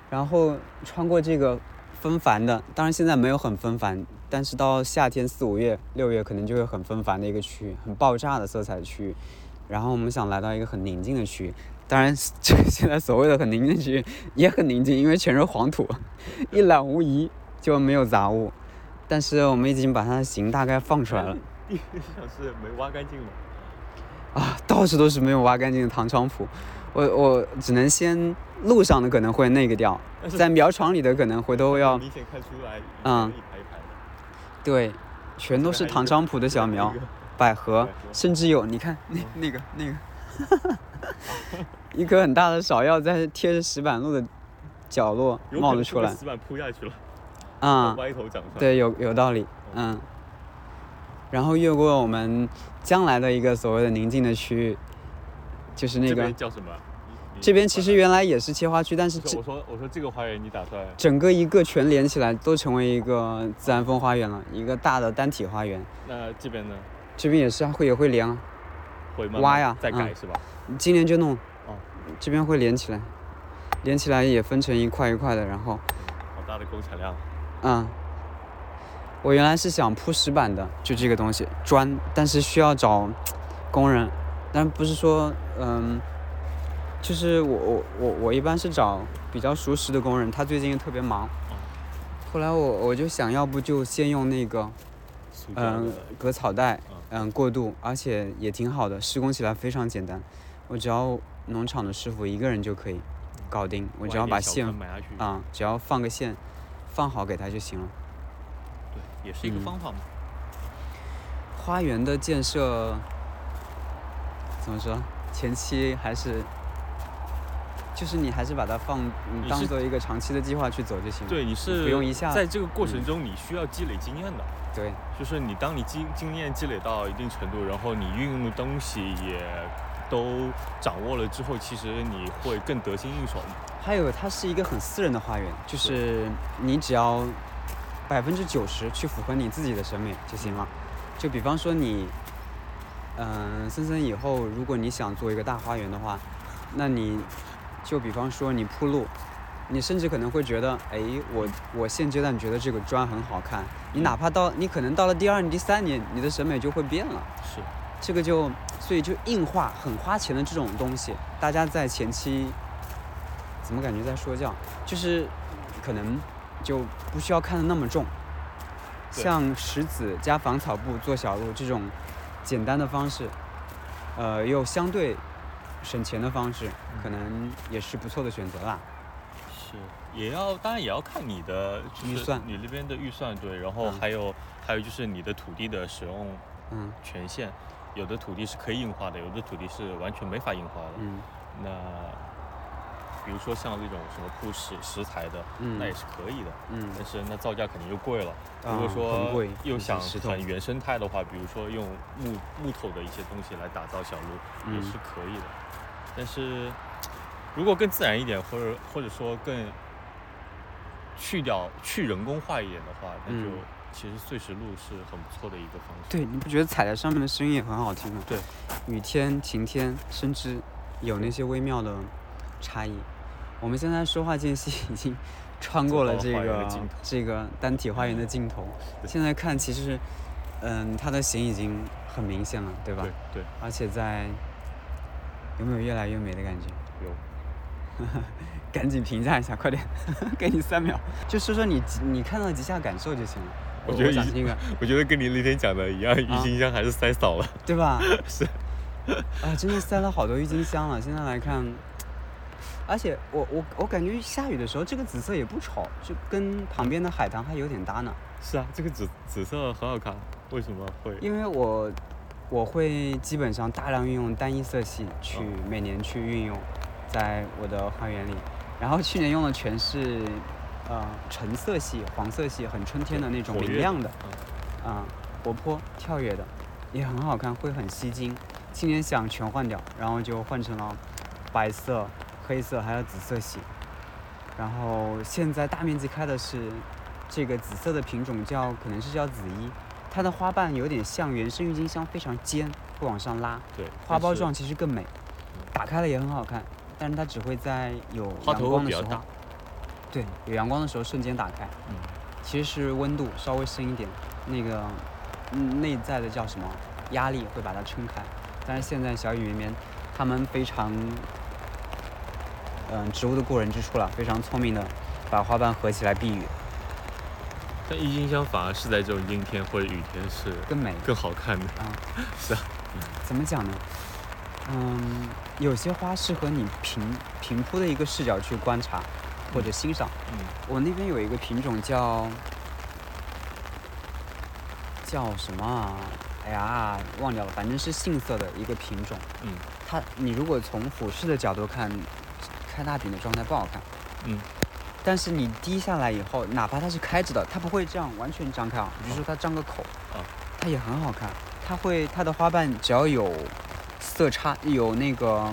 Speaker 2: 然后穿过这个纷繁的，当然现在没有很纷繁，但是到夏天四五月、六月可能就会很纷繁的一个区域，很爆炸的色彩区域。然后我们想来到一个很宁静的区域，当然这 现在所谓的很宁静的区域也很宁静，因为全是黄土，一览无遗，就没有杂物。但是我们已经把它的形大概放出来了
Speaker 1: 地上是没挖干净嘛？
Speaker 2: 啊，到处都是没有挖干净的糖菖蒲，我我只能先路上的可能会那个掉，
Speaker 1: 但是
Speaker 2: 在苗场里的可能回 头要
Speaker 1: 明显看出来，
Speaker 2: 嗯
Speaker 1: 一排一排的，
Speaker 2: 对，全都是糖菖蒲的小苗
Speaker 1: 这边还有一个，
Speaker 2: 百合
Speaker 1: 百合，嗯
Speaker 2: 甚至有你看那那个那个， 一棵很大的芍药在贴着石板路的角落
Speaker 1: 有
Speaker 2: 冒
Speaker 1: 可
Speaker 2: 了
Speaker 1: 能
Speaker 2: 出
Speaker 1: 是被
Speaker 2: 来
Speaker 1: 石板扑下去了，
Speaker 2: 啊、
Speaker 1: 歪头长出来。
Speaker 2: 对，有有道理，嗯。然后越过我们将来的一个所谓的宁静的区域，就是那
Speaker 1: 这
Speaker 2: 个
Speaker 1: 边叫什么？啊你
Speaker 2: 这边其实原来也是切花区，但是
Speaker 1: 你不
Speaker 2: 这
Speaker 1: 是我说我说这个花园你打算
Speaker 2: 整个一个全连起来都成为一个自然风花园了，一个大的单体花园。
Speaker 1: 那这边呢
Speaker 2: 这边也是啊会也会连啊，
Speaker 1: 会慢慢
Speaker 2: 挖呀
Speaker 1: 再改、
Speaker 2: 嗯
Speaker 1: 是吧？
Speaker 2: 今年就弄。
Speaker 1: 哦，
Speaker 2: 这边会连起来，连起来也分成一块一块的，然后，
Speaker 1: 好大的工产量，
Speaker 2: 嗯，我原来是想铺石板的，就这个东西砖，但是需要找工人，但不是说，嗯，就是我我我我一般是找比较熟识的工人，他最近特别忙
Speaker 1: 哦。
Speaker 2: 后来我我就想要不就先用那个
Speaker 1: 塑胶
Speaker 2: 嗯
Speaker 1: 的，
Speaker 2: 隔草带嗯过渡，而且也挺好的，施工起来非常简单，我只要农场的师傅一个人就可以搞定，我只要把线
Speaker 1: 挖一点小坑埋下去，
Speaker 2: 啊，只要放个线，放好给它就行了。
Speaker 1: 对，也是一个
Speaker 2: 嗯
Speaker 1: 方法嘛。
Speaker 2: 花园的建设怎么说？前期还是，就是你还是把它放，
Speaker 1: 你
Speaker 2: 你当
Speaker 1: 是
Speaker 2: 做一个长期的计划去走就行了。
Speaker 1: 对，你是
Speaker 2: 不用一下嗯
Speaker 1: 在这个过程中你需要积累经验的，
Speaker 2: 对
Speaker 1: 就是你当你经经验积累到一定程度，然后你运用的东西也都掌握了之后，其实你会更得心应手嘛。
Speaker 2: 还有它是一个很私人的花园，就是你只要百分之九十去符合你自己的审美就行了。就比方说你，嗯、森森以后如果你想做一个大花园的话，那你就比方说你铺路，你甚至可能会觉得，哎，我我现阶段觉得这个砖很好看，你哪怕到你可能到了第二、第三年，你的审美就会变了。
Speaker 1: 是，
Speaker 2: 这个就所以就硬化很花钱的这种东西，大家在前期怎么感觉在说教？就是可能就不需要看得那么重，
Speaker 1: 对
Speaker 2: 像石子加防草布做小路这种简单的方式，呃，又相对省钱的方式，
Speaker 1: 嗯
Speaker 2: 可能也是不错的选择啦。
Speaker 1: 是，也要当然也要看你的就是
Speaker 2: 预算
Speaker 1: 你那边的预算对，然后
Speaker 2: 嗯
Speaker 1: 还有、还有就是你的土地的使用
Speaker 2: 嗯
Speaker 1: 权限，有的土地是可以硬化的，有的土地是完全没法硬化的。
Speaker 2: 嗯
Speaker 1: 那比如说像那种什么铺石石材的，
Speaker 2: 嗯
Speaker 1: 那也是可以的，
Speaker 2: 嗯
Speaker 1: 但是那造价肯定就贵了。
Speaker 2: 啊
Speaker 1: 如果说
Speaker 2: 很贵
Speaker 1: 又
Speaker 2: 嗯
Speaker 1: 想
Speaker 2: 石头
Speaker 1: 很原生态的话，比如说用木木头的一些东西来打造小路，也
Speaker 2: 嗯
Speaker 1: 是可以的。但是如果更自然一点，或者或者说更去掉去人工化一点的话，那就
Speaker 2: 嗯
Speaker 1: 其实碎石路是很不错的一个方式。
Speaker 2: 对，你不觉得踩在上面的声音也很好听吗？
Speaker 1: 对，
Speaker 2: 雨天、晴天，甚至有那些微妙的差异。我们现在说话间隙已经穿过了
Speaker 1: 走
Speaker 2: 这
Speaker 1: 到了花园的
Speaker 2: 个
Speaker 1: 尽头
Speaker 2: 这个单体花园的尽头，
Speaker 1: 对
Speaker 2: 现在看其实，嗯，它的形已经很明显了，对吧？
Speaker 1: 对对，
Speaker 2: 而且在有没有越来越美的感觉？
Speaker 1: 有。
Speaker 2: 赶紧评价一下，快点， 给你三秒，就说说你你看到的及下感受就行了。
Speaker 1: 我觉得已
Speaker 2: 想
Speaker 1: 经
Speaker 2: 听一个，
Speaker 1: 我觉得跟你那天讲的一样，郁
Speaker 2: 啊
Speaker 1: 金香还是塞少 了。
Speaker 2: 对吧？
Speaker 1: 是
Speaker 2: 啊，真的塞了好多郁金香了。现在来看，而且我我我感觉下雨的时候，这个紫色也不丑，就跟旁边的海棠还有点搭呢。
Speaker 1: 是 啊，这个紫紫色很好看，为什么会？
Speaker 2: 因为我我会基本上大量运用单一色系去
Speaker 1: 嗯
Speaker 2: 每年去运用，在我的花园里。然后去年用的全是呃橙色系、黄色系，很春天的那种
Speaker 1: 活跃
Speaker 2: 明
Speaker 1: 的
Speaker 2: 亮的。
Speaker 1: 嗯
Speaker 2: 啊、活泼跳跃的，也很好看，会很吸睛。今年想全换掉，然后就换成了白色、黑色还有紫色系。然后现在大面积开的是这个紫色的品种叫，可能是叫紫衣，它的花瓣有点像原生郁金香，非常尖，会往上拉，
Speaker 1: 对，
Speaker 2: 花苞
Speaker 1: 但是
Speaker 2: 状其实更美，打开了也很好看，但是它只会在有
Speaker 1: 花
Speaker 2: 阳
Speaker 1: 头
Speaker 2: 光
Speaker 1: 会
Speaker 2: 的
Speaker 1: 比
Speaker 2: 时
Speaker 1: 较
Speaker 2: 候
Speaker 1: 大，，
Speaker 2: 对，有阳光的时候瞬间打开。
Speaker 1: 嗯，
Speaker 2: 其实是温度稍微升一点，那个嗯内在的叫什么压力会把它撑开。但是现在小雨绵绵，他们非常嗯、植物的过人之处了，非常聪明的把花瓣合起来避雨，
Speaker 1: 但郁金香反而是在这种阴天或者雨天是
Speaker 2: 更美。
Speaker 1: 更好看的。
Speaker 2: 啊，
Speaker 1: 是啊，
Speaker 2: 怎么讲呢？嗯，有些花适合你平平铺的一个视角去观察或者欣赏。
Speaker 1: 嗯，
Speaker 2: 我那边有一个品种叫叫什么啊？哎呀，忘掉了，反正是杏色的一个品种。
Speaker 1: 嗯，
Speaker 2: 它你如果从俯视的角度看，开大饼的状态不好看。
Speaker 1: 嗯，
Speaker 2: 但是你低下来以后，哪怕它是开着的，它不会这样完全张开啊，比如说它张个口，
Speaker 1: 啊
Speaker 2: 它也很好看。它会它的花瓣只要有色差，有那个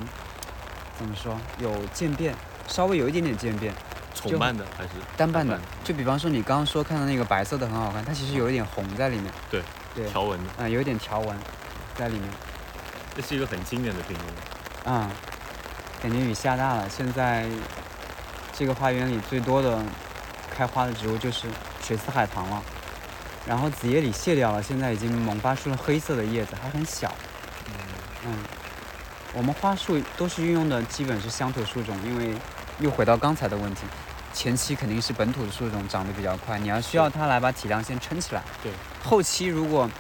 Speaker 2: 怎么说，有渐变，稍微有一点点渐变，
Speaker 1: 重瓣的还是
Speaker 2: 单瓣的。就比方说你刚刚说看到那个白色的很好看，它其实有一点红在里面。
Speaker 1: 对
Speaker 2: 对，
Speaker 1: 条纹的？
Speaker 2: 啊、有一点条纹在里面。
Speaker 1: 这是一个很经典的品种。
Speaker 2: 啊、感觉雨下大了，现在这个花园里最多的开花的植物就是水丝海棠了。然后紫叶李卸掉了，现在已经萌发出了黑色的叶子，还很小。嗯，我们花束都是运用的基本是乡土树种，因为又回到刚才的问题，前期肯定是本土的树种长得比较快，你要需要它来把体量先撑起来。
Speaker 1: 对，
Speaker 2: 后期如果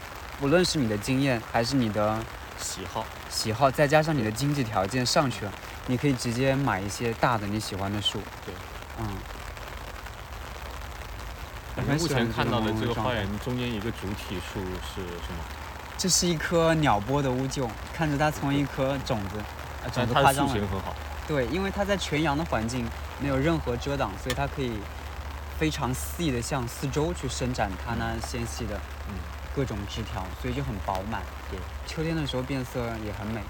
Speaker 2: 无论是你的经验还是你的
Speaker 1: 喜好，
Speaker 2: 喜好，再加上你的经济条件上去了，你可以直接买一些大的你喜欢的树。
Speaker 1: 对，
Speaker 2: 嗯。我
Speaker 1: 我
Speaker 2: 很
Speaker 1: 们目
Speaker 2: 喜欢
Speaker 1: 前看到的
Speaker 2: 朦
Speaker 1: 这
Speaker 2: 胧
Speaker 1: 个
Speaker 2: 状
Speaker 1: 花
Speaker 2: 态
Speaker 1: 园中间一个主体树是什么？
Speaker 2: 这是一颗鸟播的乌桕，看着它从一颗种子，啊，种
Speaker 1: 但
Speaker 2: 子
Speaker 1: 它
Speaker 2: 夸
Speaker 1: 的树
Speaker 2: 张了
Speaker 1: 形，很好。
Speaker 2: 对，因为它在全阳的环境没有任何遮挡，所以它可以非常肆意的向四周去伸展它那纤细的
Speaker 1: 嗯，
Speaker 2: 各种枝条，所以就很饱满。
Speaker 1: 对，
Speaker 2: 秋天的时候变色也很美。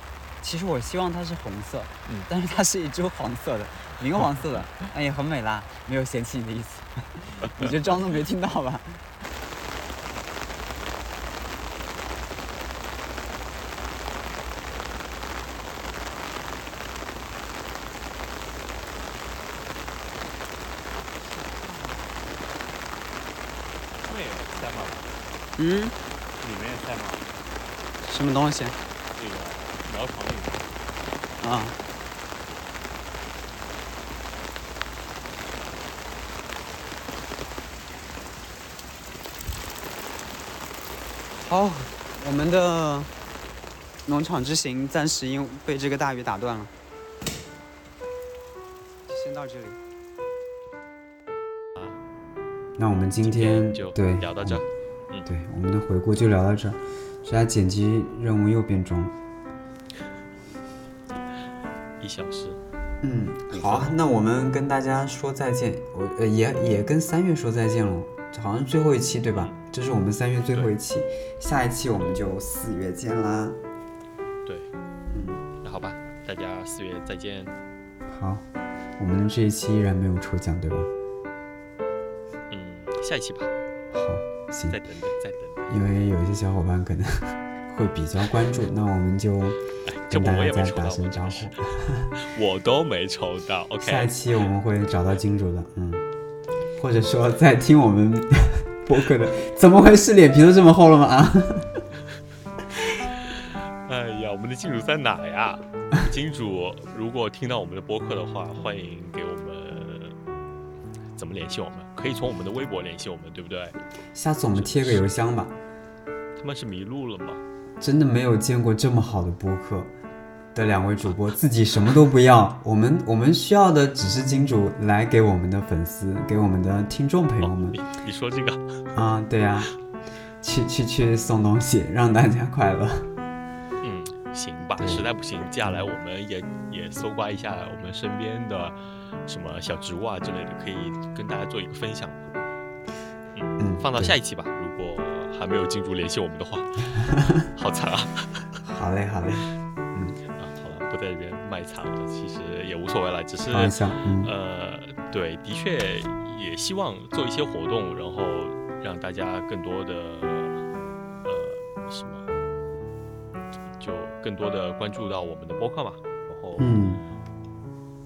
Speaker 2: 其实我希望它是红色，
Speaker 1: 嗯
Speaker 2: 但是它是一株黄色的，明黄色 的，那也很美啦，没有嫌弃你的意思， 你就装作没听到吧。
Speaker 1: 上面也塞满了，
Speaker 2: 嗯，
Speaker 1: 里面也塞满了，
Speaker 2: 什么东西
Speaker 1: 这个苗床里面。
Speaker 2: 啊？好，我们的
Speaker 4: 农场之行暂时因被这个大雨打断了，就先到这里。
Speaker 2: 那我们今天
Speaker 1: 就
Speaker 2: 对
Speaker 1: 聊到这儿，
Speaker 2: 对我们的回顾就聊到这儿。现在剪辑任务又变重了。
Speaker 1: 一小时。
Speaker 2: 嗯，好啊，那我们跟大家说再见，我呃也也跟三月说再见了，这好像最后一期对吧？这是我们三月最后一期，下一期我们就四月见啦。
Speaker 1: 对，嗯，那好吧，大家四月再见。
Speaker 2: 好，我们这一期依然没有抽奖对吧？
Speaker 1: 嗯，下一期吧，
Speaker 2: 好，行
Speaker 1: 再，等等，再等等。
Speaker 2: 因为有一些小伙伴可能 会比较关 注，那我们就
Speaker 1: 哎，这
Speaker 2: 跟大
Speaker 1: 我
Speaker 2: 家
Speaker 1: 也没
Speaker 2: 再
Speaker 1: 抽到，
Speaker 2: 打
Speaker 1: 我
Speaker 2: 声
Speaker 1: 真
Speaker 2: 招
Speaker 1: 的
Speaker 2: 呼
Speaker 1: 是。我都没抽到。
Speaker 2: 下
Speaker 1: OK，
Speaker 2: 一期我们会找到金主的，嗯，或者说在听我们 播客的，怎么回事？脸皮都这么厚了吗？啊？
Speaker 1: 哎呀，我们的金主在哪呀？啊金主如果听到我们的播客的话，欢迎给我们怎么联系我们？可以从我们的微博联系我们，对不对？
Speaker 2: 下次我们贴个邮箱吧。
Speaker 1: 他们是迷路了吗？
Speaker 2: 真的没有见过这么好的播客的两位主播，自己什么都不要。我们我们需要的只是金主来给我们的粉丝、给我们的听众朋友们
Speaker 1: 你你说这个，
Speaker 2: 啊，对呀、去去去送东西，让大家快乐。
Speaker 1: 嗯，行吧，实在不行，接下来我们也也搜刮一下我们身边的什么小植物啊之类的，可以跟大家做一个分享。
Speaker 2: 嗯，
Speaker 1: 放到
Speaker 2: 对
Speaker 1: 下一期吧，如果还没有金主联系我们的 话，好惨啊！
Speaker 2: 好嘞，好嘞，
Speaker 1: 啊，好了，不在这边卖惨了，其实也无所谓了，只是
Speaker 2: 开玩笑，嗯，
Speaker 1: 呃，对，的确也希望做一些活动，然后让大家更多的呃什么，就更多的关注到我们的播客嘛。然后，
Speaker 2: 嗯，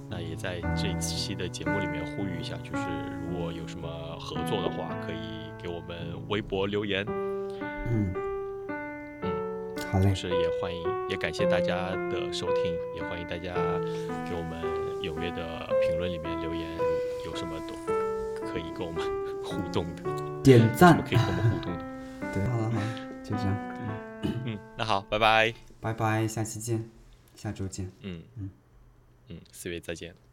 Speaker 1: 那也在这一期的节目里面呼吁一下，就是如果有什么合作的话，可以给我们微博留言，
Speaker 2: 嗯，好嘞
Speaker 1: 同，时也欢迎，也感谢大家的收听，也欢迎大家给我们踊跃的评论里面留言，有什么都可以跟我们 互动的，
Speaker 2: 点
Speaker 1: 什
Speaker 2: 赞
Speaker 1: 么，可以跟我们互动的。
Speaker 2: 对，好了好了，就这样，
Speaker 1: 嗯，那好，拜拜。
Speaker 2: 拜拜，下期见，下周见。
Speaker 1: 嗯嗯，四月再见。